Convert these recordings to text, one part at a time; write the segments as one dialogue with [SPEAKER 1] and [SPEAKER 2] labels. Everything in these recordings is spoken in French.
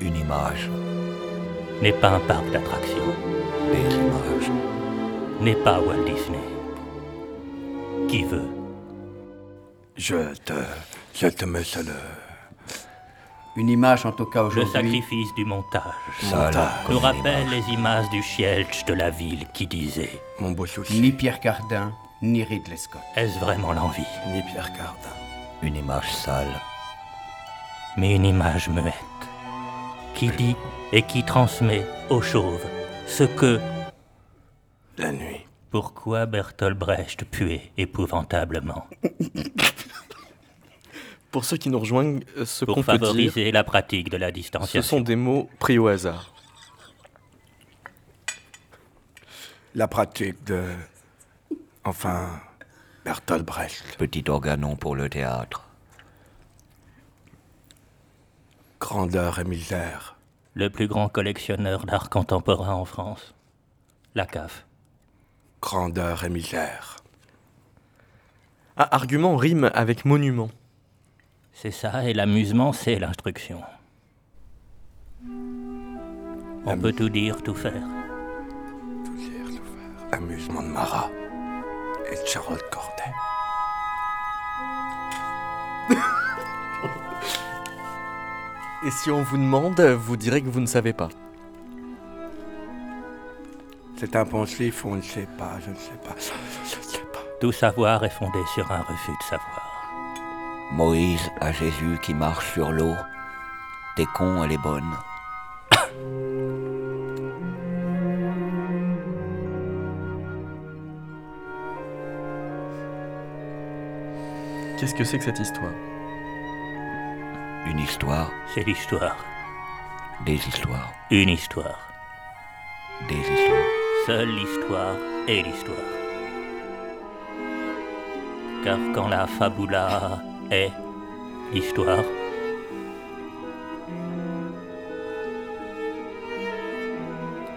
[SPEAKER 1] une image,
[SPEAKER 2] n'est pas un parc d'attractions,
[SPEAKER 1] des images.
[SPEAKER 2] n'est pas Walt Disney. Qui veut
[SPEAKER 3] Je te. Je te mets ça le.
[SPEAKER 4] Une image en tout cas
[SPEAKER 2] Le
[SPEAKER 4] aujourd'hui.
[SPEAKER 2] sacrifice du montage
[SPEAKER 3] Ça, là,
[SPEAKER 2] nous rappelle les images du Schielch de la ville qui disait
[SPEAKER 3] mon beau souci.
[SPEAKER 4] Ni Pierre Cardin, ni Ridley Scott.
[SPEAKER 2] Est-ce vraiment l'envie
[SPEAKER 3] Ni Pierre Cardin.
[SPEAKER 1] Une image sale,
[SPEAKER 2] mais une image muette, qui dit et qui transmet aux chauves ce que,
[SPEAKER 3] La nuit.
[SPEAKER 2] pourquoi Bertolt Brecht puait épouvantablement,
[SPEAKER 5] Pour ceux qui nous rejoignent, euh, ce qu'on
[SPEAKER 2] pour
[SPEAKER 5] peut dire,
[SPEAKER 2] favoriser la pratique de la
[SPEAKER 5] ce
[SPEAKER 2] distanciation.
[SPEAKER 5] sont des mots pris au hasard.
[SPEAKER 3] La pratique de. Enfin. Bertolt Brecht.
[SPEAKER 1] petit organon pour le théâtre.
[SPEAKER 3] Grandeur et misère.
[SPEAKER 2] Le plus grand collectionneur d'art contemporain en France, la CAF.
[SPEAKER 3] Grandeur et misère.
[SPEAKER 5] Ah, argument rime avec monument.
[SPEAKER 2] C'est ça, et l'amusement, c'est l'instruction. On peut tout dire, tout faire.
[SPEAKER 3] Tout dire, tout faire. Amusement de Marat. Et de Charlotte Corday.
[SPEAKER 5] Et si on vous demande, vous direz que vous ne savez pas.
[SPEAKER 3] C'est impensif, on ne sait pas, je ne sais pas. Je ne sais pas.
[SPEAKER 2] Tout savoir est fondé sur un refus de savoir.
[SPEAKER 1] Moïse à Jésus qui marche sur l'eau. T'es con, elle est bonne.
[SPEAKER 5] Qu'est-ce que c'est que cette histoire
[SPEAKER 1] Une histoire,
[SPEAKER 2] C'est l'histoire,
[SPEAKER 1] des histoires,
[SPEAKER 2] une histoire.
[SPEAKER 1] des histoires.
[SPEAKER 2] Seule l'histoire est l'histoire. Car quand la fabula est l'histoire,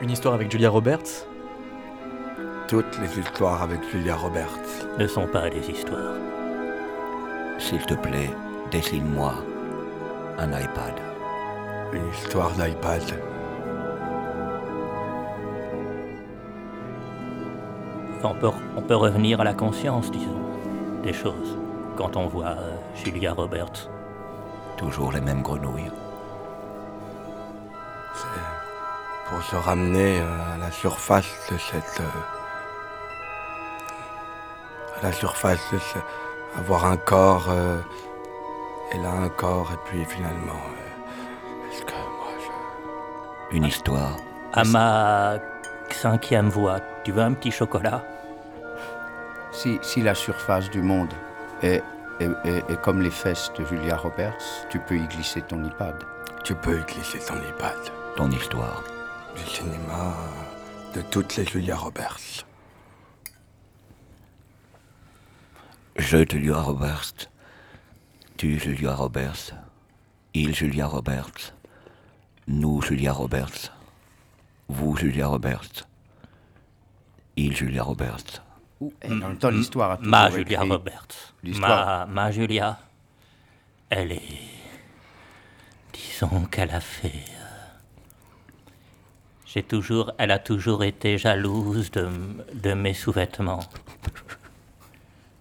[SPEAKER 5] Une histoire avec Julia Roberts
[SPEAKER 3] Toutes les histoires avec Julia Roberts.
[SPEAKER 2] ne sont pas des histoires.
[SPEAKER 1] S'il te plaît, dessine-moi un iPad.
[SPEAKER 3] Une histoire d'iPad.
[SPEAKER 2] Enfin, on, peut, on peut revenir à la conscience, disons, des choses. Quand on voit euh, Julia Roberts,
[SPEAKER 1] Toujours les mêmes grenouilles.
[SPEAKER 3] C'est pour se ramener euh, à la surface de cette. euh, à la surface de ce- avoir un corps. euh, elle a un corps, et puis finalement. euh, Est-ce que moi je.
[SPEAKER 1] Une histoire,
[SPEAKER 2] à ma cinquième voix, tu veux un petit chocolat
[SPEAKER 4] Si, si la surface du monde est, est, est- est comme les fesses de Julia Roberts, tu peux y glisser ton iPad.
[SPEAKER 3] Tu peux glisser ton iPad
[SPEAKER 1] ton histoire.
[SPEAKER 3] du cinéma euh, de toutes les Julia Roberts.
[SPEAKER 1] Je, Julia Roberts. Tu, Julia Roberts. Il, Julia Roberts. Nous, Julia Roberts. Vous, Julia Roberts. Il, Julia Roberts.
[SPEAKER 4] Et dans le temps, l'histoire a toujours
[SPEAKER 2] Mm. Ma Julia
[SPEAKER 4] écrit-
[SPEAKER 2] Roberts. Ma,
[SPEAKER 4] l'histoire.
[SPEAKER 2] ma Julia, elle est. Disons qu'elle a fait. euh, J'ai toujours. Elle a toujours été jalouse de, m- de mes sous-vêtements.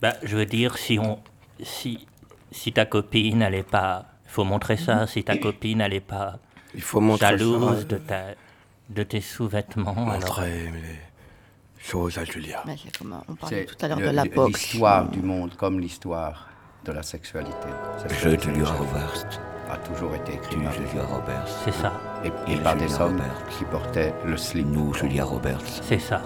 [SPEAKER 2] Bah, je veux dire, si on. Si, si ta copine, elle est pas. Faut montrer ça, si ta copine, elle est pas
[SPEAKER 3] Il faut montrer. ça.
[SPEAKER 2] jalouse de, ta, de tes sous-vêtements, alors.
[SPEAKER 3] montrer les choses à Julia.
[SPEAKER 6] Mais Bah, c'est comme on
[SPEAKER 4] C'est
[SPEAKER 6] parlait tout à l'heure
[SPEAKER 4] le-
[SPEAKER 6] de la
[SPEAKER 4] le-
[SPEAKER 6] boxe.
[SPEAKER 4] L'histoire du monde comme l'histoire de la sexualité. Ça,
[SPEAKER 1] Je,
[SPEAKER 4] c'est-
[SPEAKER 1] Julia Roberts.
[SPEAKER 4] a toujours été
[SPEAKER 1] Tu,
[SPEAKER 4] écrit par des
[SPEAKER 1] Julia Roberts.
[SPEAKER 2] C'est ça,
[SPEAKER 4] et, et
[SPEAKER 1] Et
[SPEAKER 4] par des
[SPEAKER 1] Julia
[SPEAKER 4] hommes
[SPEAKER 1] Roberts.
[SPEAKER 4] qui portaient le slip.
[SPEAKER 1] Nous, Julia Roberts.
[SPEAKER 2] c'est ça.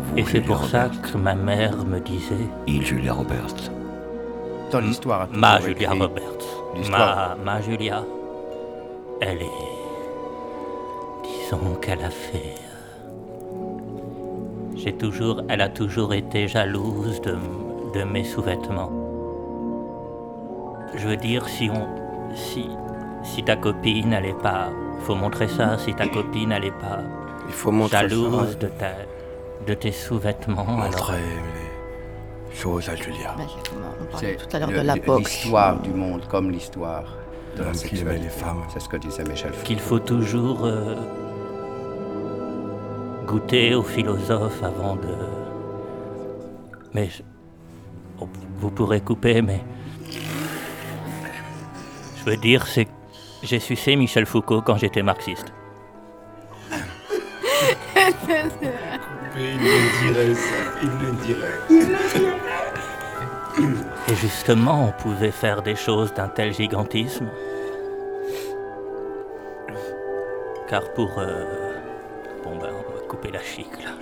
[SPEAKER 1] Vous,
[SPEAKER 2] Et c'est
[SPEAKER 1] Julia
[SPEAKER 2] pour ça
[SPEAKER 1] Roberts.
[SPEAKER 2] que ma mère me disait.
[SPEAKER 1] Il, Julia Roberts.
[SPEAKER 4] Dans l'histoire a toujours
[SPEAKER 2] Ma
[SPEAKER 4] écrit-
[SPEAKER 2] Julia Roberts. Ma,
[SPEAKER 4] l'histoire.
[SPEAKER 2] ma Julia. Elle est. Disons qu'elle a fait. euh, J'ai toujours. Elle a toujours été jalouse de, m- de mes sous-vêtements. Je veux dire, si on. Si. Si ta copine, elle est pas. Faut montrer ça, si ta copine, elle est pas.
[SPEAKER 3] Il faut montrer. ça.
[SPEAKER 2] jalouse de ta. De tes sous-vêtements, alors.
[SPEAKER 3] montrer les choses à Julia.
[SPEAKER 6] Mais Bah, c'est comme on
[SPEAKER 4] C'est
[SPEAKER 6] parlait tout à l'heure
[SPEAKER 4] le-
[SPEAKER 6] de la
[SPEAKER 4] le-
[SPEAKER 6] boxe.
[SPEAKER 4] L'histoire du monde comme l'histoire de la
[SPEAKER 3] L'homme qui aimait
[SPEAKER 4] sexualité.
[SPEAKER 3] les femmes.
[SPEAKER 4] C'est ce que disait Michel Foucault.
[SPEAKER 2] qu'il faut toujours euh, goûter aux philosophes avant de. Mais je- oh, vous pourrez couper, mais je veux dire, c'est que j'ai sucé Michel Foucault quand j'étais marxiste.
[SPEAKER 6] Mais il le dirait, ça. Il le dirait.
[SPEAKER 2] Et justement, on pouvait faire des choses d'un tel gigantisme. Car pour. euh, Bon ben, on va couper la chic là.